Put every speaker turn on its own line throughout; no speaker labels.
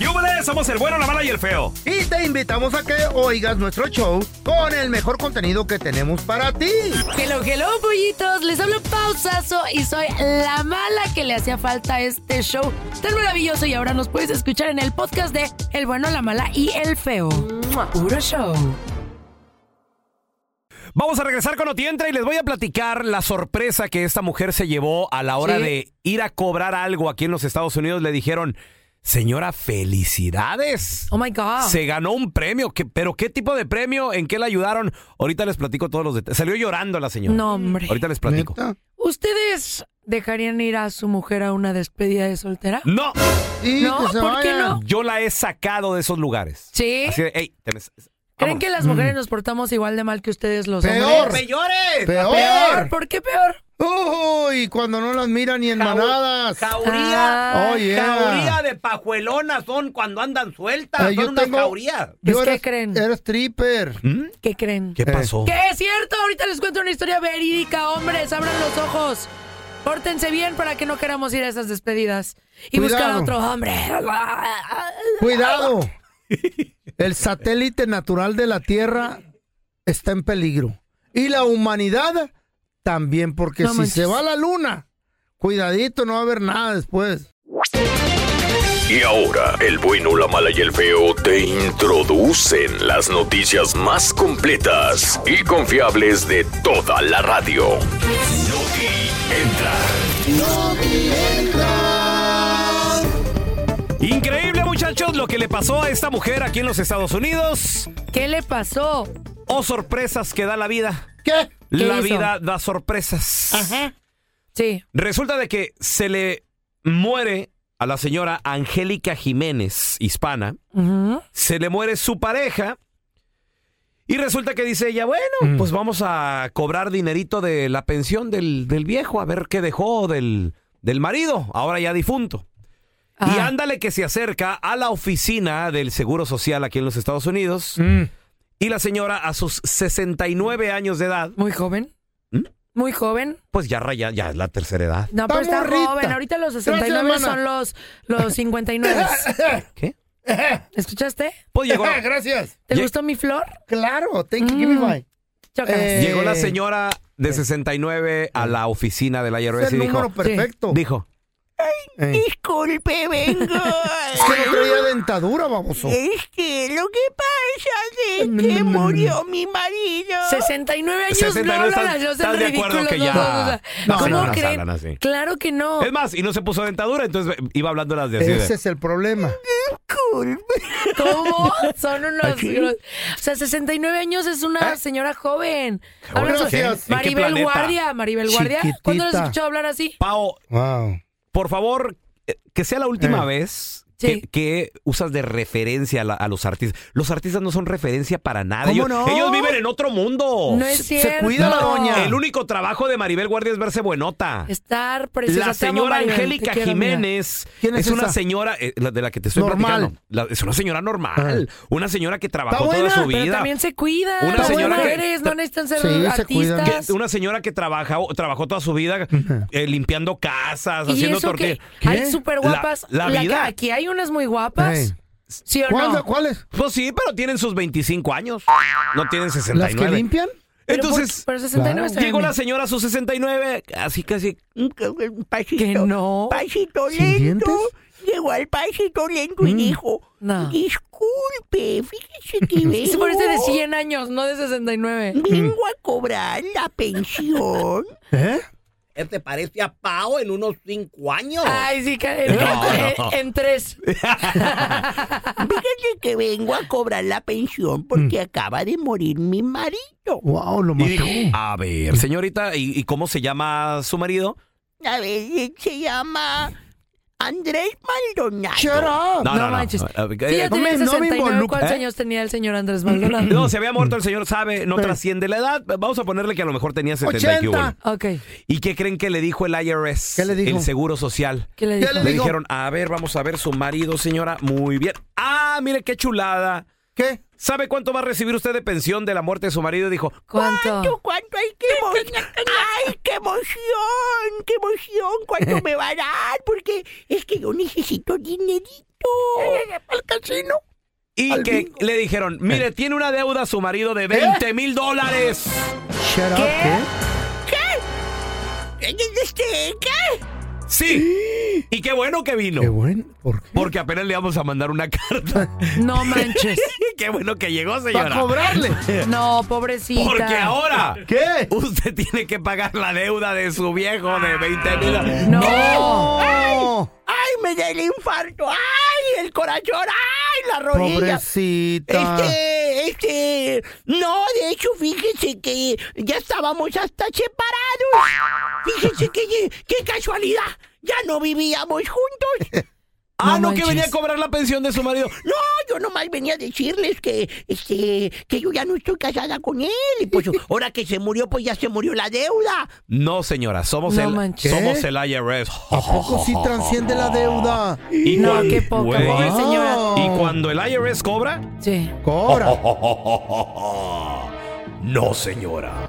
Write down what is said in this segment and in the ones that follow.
¡Yúbele! Somos el bueno, la mala y el feo.
Y te invitamos a que oigas nuestro show con el mejor contenido que tenemos para ti.
Hello, hello, pollitos. Les hablo pausazo y soy la mala que le hacía falta a este show tan maravilloso. Y ahora nos puedes escuchar en el podcast de El bueno, la mala y el feo. ¡Mua! Puro show.
Vamos a regresar con Otientra y les voy a platicar la sorpresa que esta mujer se llevó a la hora
Sí.
de ir a cobrar algo aquí en los Estados Unidos. Le dijeron, señora, felicidades.
Oh my God.
Se ganó un premio, ¿Qué- pero ¿qué tipo de premio? ¿En qué la ayudaron? Ahorita les platico todos los detalles. Salió llorando la señora.
No, hombre.
Ahorita les platico.
¿Ustedes dejarían ir a su mujer a una despedida de soltera?
No,
Y
No,
que se
¿por qué
vaya.
no?
yo la he sacado de esos lugares.
Sí.
Así Mm. de, "Ey, te me-
¿Creen
vámonos".
que las mujeres nos portamos igual de mal que ustedes los
Peor.
hombres?
¡Señores!
Peor.
¿Por qué peor?
Uy, cuando no las miran ni en
Jau-
manadas.
Ah,
Oh, yeah.
Jauría de pajuelona son cuando andan sueltas.
Eh,
son
yo
unas
tengo-
jaurías.
Pues, ¿qué
eres-
creen?
Eres stripper.
¿Qué creen?
Eh, ¿Qué pasó?
Que es cierto, ahorita les cuento una historia verídica, hombres, abran los ojos. Pórtense bien para que no queramos ir a esas despedidas y buscar a
Cuidado.
otro hombre.
Cuidado. El satélite natural de la Tierra está en peligro. Y la humanidad también, porque
No
si
manches.
se va la luna, cuidadito, no va a haber nada después.
Y ahora, el bueno, la mala y el feo te introducen las noticias más completas y confiables de toda la radio.
Increíble, muchachos, lo que le pasó a esta mujer aquí en los Estados Unidos.
¿Qué le pasó?
Oh, sorpresas que da la vida.
¿Qué?
¿Qué
La
hizo?
vida da sorpresas.
Sí.
Resulta de que se le muere a la señora Angélica Jiménez, hispana.
Ujú.
se le muere su pareja y resulta que dice ella, bueno, pues vamos a cobrar dinerito de la pensión del, del viejo, a ver qué dejó del, del marido, ahora ya difunto. Y
Ah.
ándale que se acerca a la oficina del Seguro Social aquí en los Estados
Mm.
Unidos y la señora a sus 69 años de edad,
Muy joven.
¿Mm?
Muy joven.
pues ya, raya- ya es la tercera edad.
No, pero está
Está morrita.
joven. Ahorita los 69
Gracias,
son los, los 59.
¿Qué?
¿Escuchaste?
Pues llegó,
Gracias.
¿Te
Ye-
gustó mi flor?
Claro, thank you, give me
Mm.
bye.
Chócalas.
Eh,
llegó la señora de 69 a la oficina de la
Es
IRS y
el
dijo,
número perfecto.
dijo,
Eh.
Disculpe, vengo.
Es que no traía dentadura, baboso. Mm,
Es que lo que pasa es que murió mi marido.
69 años
69
no
estás-
hablan, no sean
estás de acuerdo
ridículos,
que ya-
no, no, no,
no,
¿Cómo
señoras
creen?
hablan así.
Claro que no.
Es más, y no se puso dentadura, entonces iba hablando las de así. de-
Ese es el problema.
¿Cómo? Son
¿Ah,
unos... gros- O sea, 69 años es una señora joven. Hablan
Bueno,
así-
¿qué? ¿En qué
Maribel
planeta?
Guardia, Maribel Guardia. ¿Cuándo la has
Chiquitita.
escuchado hablar así?
Pao,
Wow.
por favor, eh, que sea la última
Eh.
vez
Sí.
¿Qué, qué usas de referencia a, la- a los artistas? Los artistas no son referencia para nada.
¿Cómo
ellos,
no?
ellos viven en otro mundo.
No es
Se
cierto.
cuida la doña.
El único trabajo de Maribel Guardia es verse buenota.
Estar preciosa.
La
Te amo,
señora
Maribel,
Angélica
te quiero, mira.
Jiménez
¿Quién es
es, una
esa?
señora eh, la de la que te estoy
Normal.
platicando. La- es una señora normal, una señora que trabajó
¿Está
toda
buena?
su
Pero
vida.
también se cuida.
Una
Las
señora que-
mujeres no necesitan ser
Sí, se cuidan.
artistas.
Que- una señora que trabaja, trabajó toda su vida eh, limpiando casas,
Y
haciendo
eso que
tortillas.
hay súper guapas.
La, la
La que-
vida.
aquí hay unas muy guapas.
Ey.
¿Sí o
¿Cuál-
no?
¿Cuáles?
Pues sí, pero tienen sus 25 años. No tienen
¿Las
69.
que limpian?
Pero
Entonces,
por- pero 69 está
llegó
bien.
la señora a sus 69, así casi.
Un ca- un pasito,
Que no.
pasito
¿Sin dientes? Mm.
lento. Llegó al pasito lento y dijo,
No.
disculpe, fíjese que
Se parece de
vengo,
100 años, no de
mm.
69.
vengo a cobrar la pensión.
¿Eh?
Él te parece a Pau en unos cinco años.
Ay, sí, que en,
No,
en-
no.
en tres.
Fíjese que vengo a cobrar la pensión
Mm.
porque acaba de morir mi marido.
Wow, lo
Y
mató.
dijo, a ver, señorita, ¿y, y cómo se llama su marido?
A ver, se llama Andrés Maldonado.
Shut up.
No, no, no.
manches.
A- a-
Sí,
eh,
ya
no
tenía
me- no me
69.
involucra,
¿Cuántos
¿eh?
años tenía el señor Andrés Maldonado?
No, se había muerto el señor, sabe, no trasciende la edad. Vamos a ponerle que a lo mejor tenía 70 y que
80.
hubo.
Ok.
¿Y qué creen que le dijo el IRS?
¿Qué le dijo?
El Seguro Social.
¿Qué le dijo?
le
Le
dijo?
dijeron, a ver, vamos a ver su marido, señora. Muy bien. Ah, mire qué chulada.
¿Qué?
¿Sabe cuánto va a recibir usted de pensión de la muerte de su marido? Dijo,
¿Cuánto?
¿Cuánto, cuánto? ¡Ay, qué emoción! ¡Ay, qué emoción! ¡Qué emoción! ¿Cuánto me va a dar? Porque es que yo necesito dinerito. ¿Al casino?
Y que le dijeron, mire, tiene una deuda a su marido
¿Eh?
de 20 mil dólares.
Shut up, ¿qué?
Este, ¿Qué?
Sí. Y qué bueno que vino.
¿Eh? Qué bueno. ¿Por qué?
Porque apenas le vamos a mandar una carta.
No manches.
qué bueno que llegó,
Para
señora.
cobrarle.
No, pobrecita.
Porque ahora
¿Qué?
usted tiene que pagar la deuda de su viejo de 20 mil dólares.
No.
No.
¡Ay, me da el infarto! ¡Ay, el corazón! ¡Ay, la rodilla!
Pobrecita.
Este, este, no, de hecho, fíjese que ya estábamos hasta separados. Fíjese que, qué casualidad, ya no vivíamos juntos.
Ah,
No
no, que
manches.
venía a cobrar la pensión de su marido.
No, yo nomás venía a decirles que, este, que yo ya no estoy casada con él. Y pues ahora que se murió, pues ya se murió la deuda.
No, señora, somos,
No
el,
manches.
somos el IRS.
¿A poco sí transciende la deuda?
Y
No,
cuan-
qué poca,
güey.
pobre señora.
Y cuando el IRS cobra,
Sí.
Cobra.
No, señora.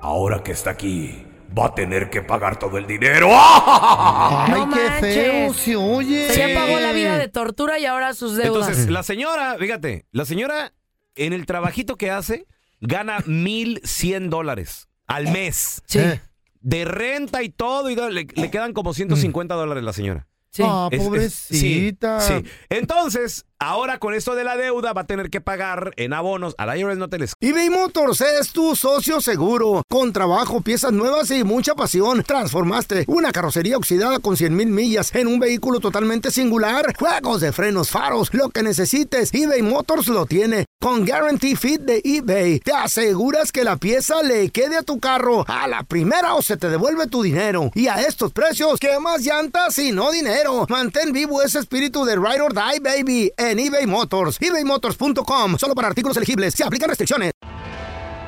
Ahora que está aquí, va a tener que pagar todo el dinero. ¡Ah!
Ay,
No
qué
manches.
feo se oye.
Se le pagó la vida de tortura y ahora sus deudas.
Entonces, la señora, fíjate, la señora en el trabajito que hace gana 1100 dólares al mes
sí.
Eh.
de renta y todo, y do- le, le quedan como 150 dólares la señora.
sí.
Ah,
Es- es-
pobrecita.
sí, sí. Entonces, ahora con esto de la deuda va a tener que pagar en abonos. Al IRS no te les
eBay Motors es tu socio seguro. Con trabajo, piezas nuevas y mucha pasión, transformaste una carrocería oxidada con 100 mil millas en un vehículo totalmente singular. Juegos de frenos, faros, lo que necesites, eBay Motors lo tiene. Con Guarantee Fit de eBay, te aseguras que la pieza le quede a tu carro a la primera o se te devuelve tu dinero. Y a estos precios, ¿qué más llantas y no dinero? Mantén vivo ese espíritu de Ride or Die, baby, en eBay Motors. ebaymotors.com, solo para artículos elegibles. Se aplican restricciones.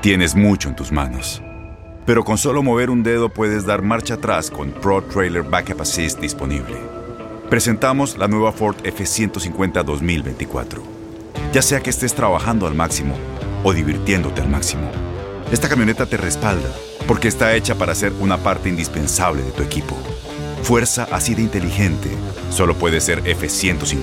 Tienes mucho en tus manos. Pero con solo mover un dedo puedes dar marcha atrás con Pro Trailer Backup Assist disponible. Presentamos la nueva Ford F150 2024. Ya sea que estés trabajando al máximo o divirtiéndote al máximo, esta camioneta te respalda porque está hecha para ser una parte indispensable de tu equipo. Fuerza así de inteligente solo puede ser F150.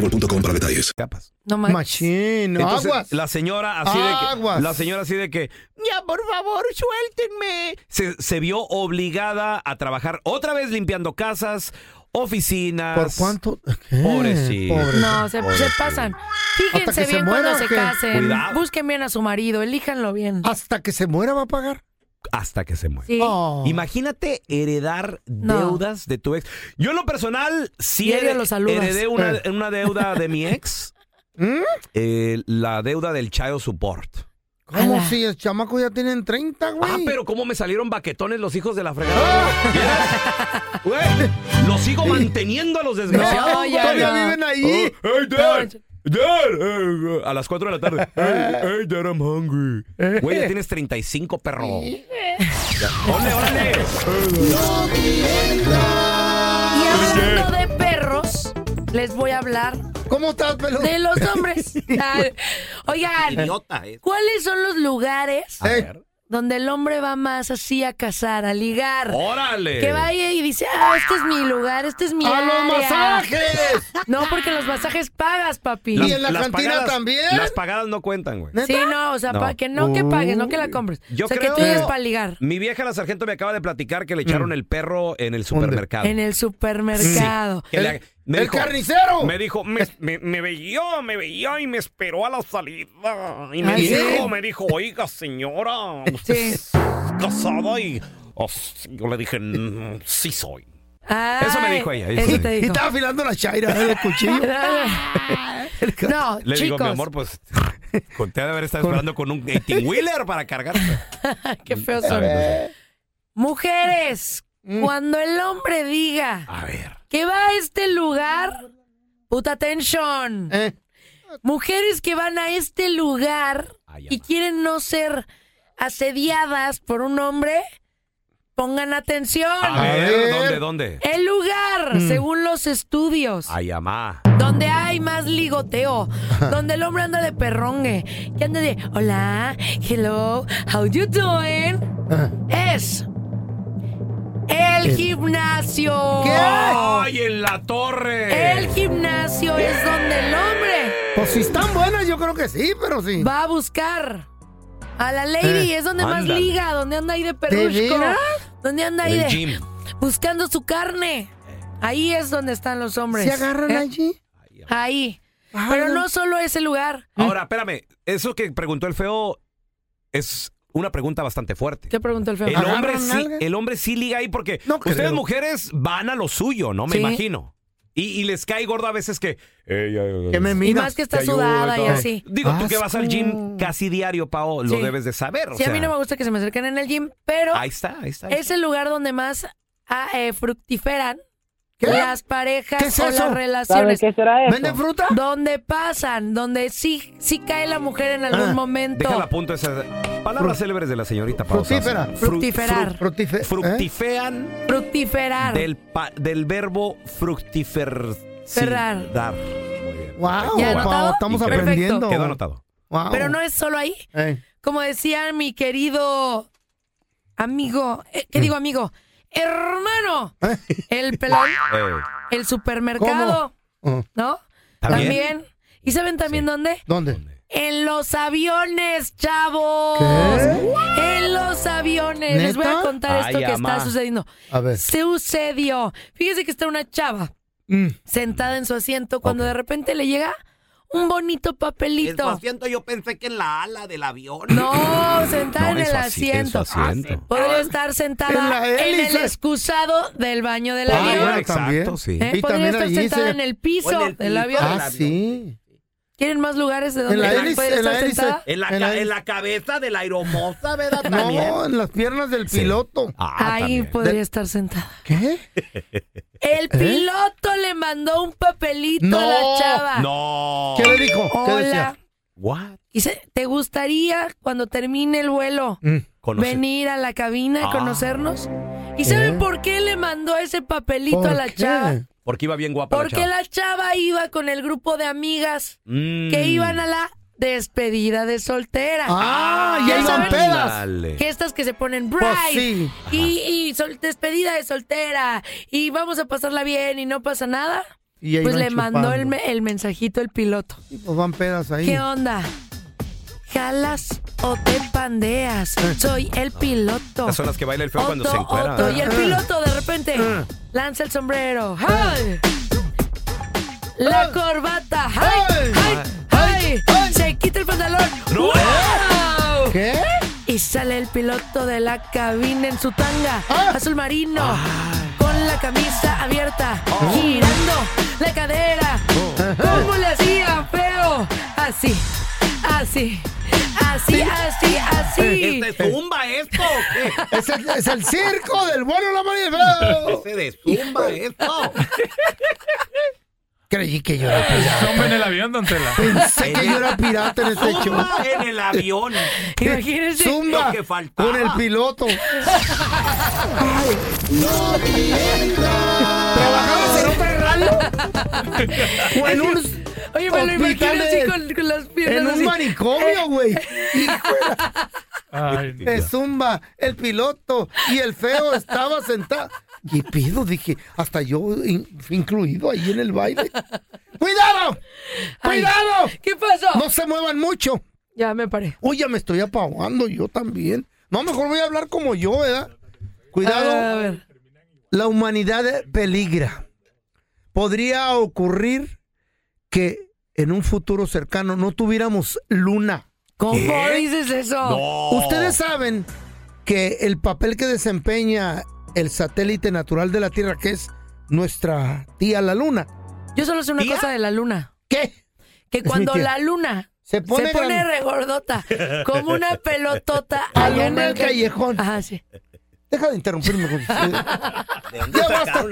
Boostmobile.com para detalles.
Capas.
No manches.
Machín,
Entonces,
aguas.
La señora así de
Aguas.
que, la señora así de que, ya por favor, suéltenme. Se, se vio obligada a trabajar otra vez limpiando casas, oficinas.
¿Por cuánto? ¿Qué?
Pobrecito.
No, se, se pasan.
¿Hasta
Fíjense
que se
bien
muera
cuando se
o qué? Ah.
casen.
Cuidado.
Busquen bien a su marido, elíjanlo bien.
Hasta que se muera va a pagar.
Hasta que se muere.
Sí.
Oh.
Imagínate heredar
No.
deudas de tu ex. Yo en lo personal sí
Diario
hered-
lo saludas.
heredé una,
Eh.
una deuda de mi ex.
¿Mm?
eh, la deuda del child support.
¿Cómo
Ala.
si el chamaco ya tienen 30, güey?
Ah, pero cómo me salieron baquetones los hijos de la fregada. Güey, los sigo manteniendo a los desgraciados.
No, ya
Todavía
no.
viven ahí.
Oh, hey, Dad. Dad, eh, eh, a las 4 de la tarde. Hey, hey, Dad, I'm hungry. Eh. Güey, ya tienes 35, perro. Ya. ¡Ole, ole!
Y hablando de perros, les voy a hablar
Oh.
¿Cómo estás, Eh, pelón?
de los hombres. Ay, Oigan,
Idiota, eh.
¿cuáles son los lugares
Ah.
Eh,
donde el hombre va más así a cazar, a ligar?
¡Órale!
Que vaya y dice, ah, este es mi lugar, este es mi
¡A
área.
los masajes!
No, porque en los masajes pagas, papi.
Las- ¿Y en la cantina
pagadas-
también?
Las pagadas no cuentan, güey.
Sí, no, o sea,
No.
pa- que no que pagues, no que la compres.
Yo
o sea,
creo-
que tú eres para ligar.
Mi vieja la sargento me acaba de platicar que le echaron el perro en el supermercado.
En el supermercado.
Que le- me
el carnicero.
Me dijo, me, me, me veía, me veía y me esperó a la salida. Y me
Ay, sí.
dijo, me dijo, oiga, señora, usted
Sí.
es casada y oh, sí". yo le dije, "Mm, sí soy.
Ay,
Eso me dijo ella, eso
Eso
me
te
Y
dijo.
estaba afilando la chaira del cuchillo.
No,
Le digo,
chicos,
mi amor, pues, conté de haber estado esperando con un 18 wheeler para cargar.
qué feo son. Mujeres, cuando el hombre diga
A ver.
que va a este lugar, puta atención.
Eh,
Mujeres que van a este lugar
Ay,
y
ama.
quieren no ser asediadas por un hombre, pongan atención.
A ver,
ver.
¿dónde, dónde?
El lugar, según los estudios,
Ay, amá.
donde hay más ligoteo, donde el hombre anda de perrongue, que anda de hola, hello, how you doing,
eh.
es el gimnasio.
¡Ay, en la torre!
El gimnasio es donde el hombre
pues si están buenas, yo creo que sí, pero sí.
va a buscar a la lady, es donde más
ándale.
liga, donde anda ahí de perrusco,
veras?
donde anda ahí
En el
de
gym.
buscando su carne. Ahí es donde están los hombres.
¿Se agarran
¿eh?
allí?
Ahí.
Ah,
Pero
no.
no solo ese lugar.
Ahora, espérame, eso que preguntó el feo es una pregunta bastante fuerte.
¿Qué preguntó el feo?
El
¿Agarran
hombre, sí,
nalgas?
el hombre sí liga ahí porque
No
ustedes
creo.
mujeres van a lo suyo, ¿no? Me
Sí.
imagino. Y, y les cae gordo a veces que... eh, ya, ya,
Que me
ya.
y
miras.
más que está
te ayudo y
sudada y
todo.
así.
Digo, tú que vas al gym
Asco.
casi diario, Pao, lo
Sí.
debes de saber. o
Sí, a mí
sea,
no me gusta que se me acerquen en el gym, pero
Ahí está, ahí está. ahí
es el lugar donde más ah, eh, fructiferan
¿Qué?
las parejas
¿Qué es
o
eso?
las relaciones.
¿Vende fruta?
Donde pasan, donde sí, sí cae la mujer en algún
Ah,
momento.
Déjala a punto esas palabras célebres de la señorita Pao.
Fructífera.
Fru-
Fructiferar.
Fructife- ¿Eh?
fru- fructifean
Fructiferar.
del, pa- del verbo fructifer...
Ferrar.
dar. Muy bien.
¿eh? Wow,
¿Ya
papá,
anotado?
estamos
Perfecto.
aprendiendo.
Quedó anotado.
Wow.
Pero no es solo ahí.
Eh,
Como decía mi querido amigo, eh,
Mm.
¿qué digo amigo? Hermano, el pelón,
Eh,
el supermercado,
oh,
¿no?
¿También?
¿Y saben también dónde?
¿Dónde?
En los aviones, chavos. En los aviones. Les voy a
¿Neta? Pues.
contar esto
Ay,
que
ama.
está sucediendo.
A ver.
Se sucedió. Fíjese que está una chava
Mm.
sentada en su asiento cuando de repente le llega un bonito
En su
papelito.
asiento yo pensé que en la ala del avión.
No, sentada
no,
en
en
el
su asi- en su
asiento. Ah,
asiento.
Podría estar
Ah, En
sentada
la
en el
hélice.
excusado del baño del
Ah,
avión.
bueno,
exacto,
también.
sí.
¿Eh? Podría
Y también
estar
allí
sentada
se-
en el piso
O en el
del
piso.
avión.
Ah, sí.
¿Quieren más lugares de donde
En la
podría
hélice, en la
estar
hélice.
sentada?
Eh,
En la,
En
ca-
la-
en la cabeza de la aeromoza, ¿verdad? También.
No, en las piernas del piloto.
Ah,
Ahí
también.
podría estar sentada.
¿Qué?
El piloto le mandó un papelito a la
No,
chava.
No.
¿Qué le dijo? ¿Qué
Hola.
decía?
What?
Dice, ¿te gustaría cuando termine el vuelo
Mm,
Conoce-
venir a la cabina
Ah.
a conocernos? ¿Y saben por qué le mandó ese papelito a la
¿Eh? qué?
chava?
Porque iba bien guapa
Porque
la chava.
la chava iba con el grupo de amigas
Mm.
Mm.
que iban a la despedida de soltera.
Ah,
Ya
ya
saben.
iban pedas.
Que estas que se ponen bright
Pues sí.
y, y sol- despedida de soltera y vamos a pasarla bien y no pasa nada.
Y ahí
Pues
van
le mandó el,
chupando.
me- el mensajito el piloto.
Y pues van pedas ahí.
¿Qué onda? ¿Jalas o te pandeas?
Eh.
Soy el piloto.
Las son las que baila el feo cuando
Otto,
se encuera.
Otto, y el
Ah.
piloto de repente
Eh.
lanza el sombrero. ¡Ay! La
Eh.
corbata. ¡Ay! ¡Ay! ¡Ay! Se quita el pantalón. ¡Wow!
¿Qué?
Y sale el piloto de la cabina en su tanga.
Ah.
Azul marino. Con la camisa abierta.
Oh.
Girando la cadera. ¿Cómo le hacía, feo? Así. Así. Así, así, así.
¡Este zumba esto! ¿Qué?
Es el, es el circo del bueno la manifestación.
¡Ese de zumba esto!
Creí que yo era pirata.
Hombre en el avión, don Tela.
Pensé que yo era pirata en este show.
¡Zumba en el avión!
Imagínense.
Zumba
Lo que faltaba.
con el piloto. ¿Trabajabas en otra radio? ¿O
Pues
en un,
Oye, me lo
Hospital
imagino así
de-
con, con las piernas
en un
así. Eh,
manicomio, güey? Hijo de la-
Ay, no.
de Zumba, el piloto y el feo estaba sentado. Y pido, dije, hasta yo in- fui incluido ahí en el baile. ¡Cuidado!
Ay,
¡Cuidado!
¿Qué pasó?
No se muevan mucho.
Ya me paré.
Oye, me estoy apagando yo también. No, mejor voy a hablar como yo, ¿verdad? Cuidado.
A ver,
La humanidad peligra. Podría ocurrir que en un futuro cercano no tuviéramos luna.
¿Cómo dices eso?
Ustedes saben que el papel que desempeña el satélite natural de la Tierra, que es nuestra tía la luna.
Yo solo sé una cosa de la luna.
¿Qué?
Que
mi
cuando
tía.
la luna
Se pone gran-
regordota, como una pelotota allá en
Paloma
el
del callejón.
Ajá, sí.
Deja de interrumpirme. con usted.
¿De dónde
Ya
sacaron?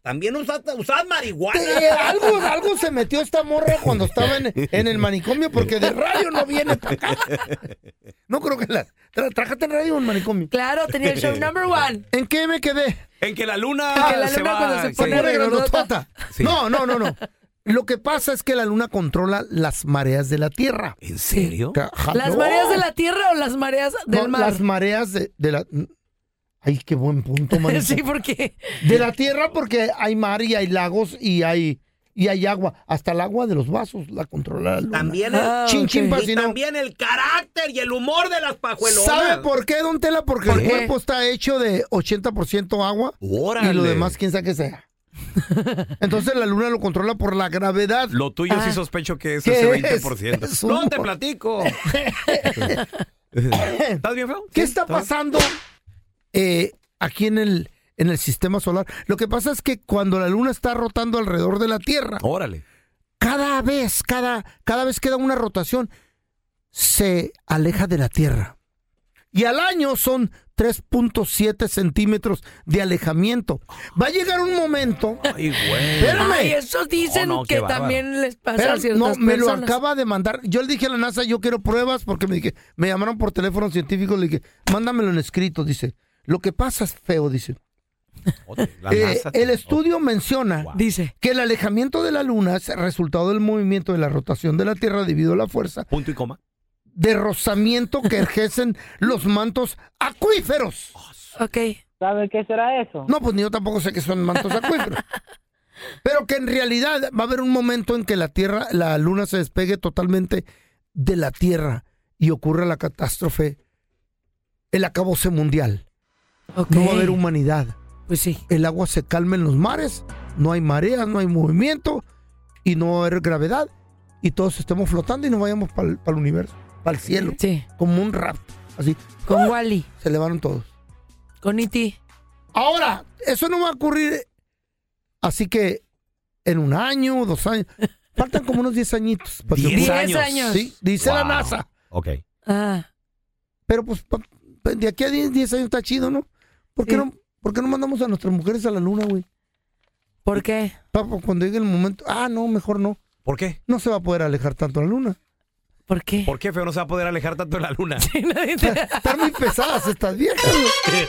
También usad, usad
Eh,
marihuana.
algo, algo se metió esta morra cuando estaba en, en el manicomio porque de radio no viene para acá. No creo que la... tra- trájate radio en manicomio.
Claro, tenía el show number one.
¿En qué me quedé?
En que la luna,
En que la
se
luna
va.
cuando se
sí.
pone-
Una
grandota.
grandotota.
Sí.
No, no, no, no. Lo que pasa es que la luna controla las mareas de la Tierra.
¿En serio?
Ca-
¿Las
Ah, no.
mareas de la tierra o las mareas del
No,
mar?
Las mareas de, de la... Ay, qué buen punto, Marisa.
Sí, porque
De la Tierra porque hay mar y hay lagos y hay, y hay agua. Hasta el agua de los vasos la controla la luna.
También el,
Ah,
Chin, chin,
ok.
pa,
y
pues, si no.
también el carácter y el humor de las pajuelonas.
¿Sabe por qué, don Tela? Porque
¿Por
el
qué?
cuerpo está hecho de 80% agua
Órale.
y lo demás quién sabe qué sea. Entonces la luna lo controla por la gravedad.
Lo tuyo sí
Ah.
sospecho que es
¿Qué
ese
es?
20%.
Es
no
un-
te platico. ¿Estás bien feo?
¿Qué
Sí,
está
¿estás bien?
pasando eh, aquí en el, en el sistema solar? Lo que pasa es que cuando la luna está rotando alrededor de la Tierra,
Órale.
cada vez, cada, cada vez que da una rotación, se aleja de la Tierra. Y al año son 3.7 centímetros de alejamiento. Va a llegar un momento.
Ay, güey.
Espérame.
Ay, eso dicen
Oh, no, qué
que
bárbaro.
también les pasa
Espera,
a ciertas
no, me lo
personas.
acaba de mandar. Yo le dije a la NASA, yo quiero pruebas porque me dije, me llamaron por teléfono científico, le dije, mándamelo en escrito, dice. Lo que pasa es feo, dice.
Joder, la
Eh,
NASA
el
te-
estudio menciona
Wow.
Dice.
que el alejamiento de la luna es el resultado del movimiento de la rotación de la Tierra debido a la fuerza
Punto y coma.
de rozamiento que ejercen los mantos acuíferos.
Ok.
¿Sabe qué será eso?
No, pues ni yo tampoco sé que son mantos acuíferos. Pero que en realidad va a haber un momento en que la Tierra, la Luna se despegue totalmente de la Tierra y ocurra la catástrofe, el acabose mundial.
ok.
No va a haber humanidad.
Pues sí.
El agua se calma en los mares, no hay mareas, no hay movimiento y no va a haber gravedad y todos estemos flotando y nos vayamos para el universo, para el cielo,
Sí.
como un rap. Así
Con Wally,
se elevaron todos.
con E Iti.
Ahora, eso no va a ocurrir. Así que en un año, dos años. Faltan como unos 10 añitos. para que
Diez
ocurra.
años. años.
Sí, dice la
Wow.
NASA.
Ok.
Ah.
Pero pues pa- pa- de aquí a 10, 10 años está chido, ¿no? ¿Por qué,
Sí.
no, ¿Por qué no mandamos a nuestras mujeres a la luna, güey?
¿Por qué?
Papo, cuando llegue el momento. Ah, no, mejor no.
¿Por qué?
No se va a poder alejar tanto la luna.
¿Por qué?
¿Por qué feo no se va a poder alejar tanto de la luna?
Nadie te-
Están muy pesadas estas viejas. güey.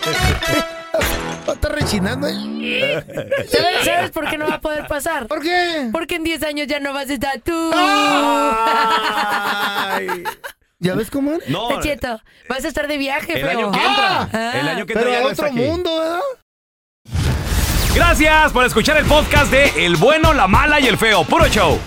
Va a estar rechinando, ¿eh?
¿Sabes, sabes por qué no va a poder pasar?
¿Por qué?
Porque en 10 años ya no vas a estar tú.
Ay.
¿Ya ves cómo es?
No.
Don Cheto, vas a estar de viaje,
El
pero...
año que entra.
Ah.
el año que
Pero
entra ya
a
no está
otro
aquí.
mundo, ¿verdad?
Gracias por escuchar el podcast de El bueno, la mala y el feo. Puro show.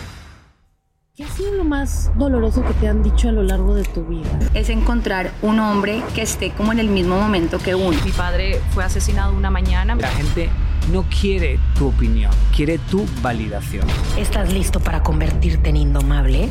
¿Qué ha sido lo más doloroso que te han dicho a lo largo de tu vida?
Es encontrar un hombre que esté como en el mismo momento que uno.
Mi padre fue asesinado una mañana.
La gente no quiere tu opinión, quiere tu validación.
¿Estás listo para convertirte en indomable?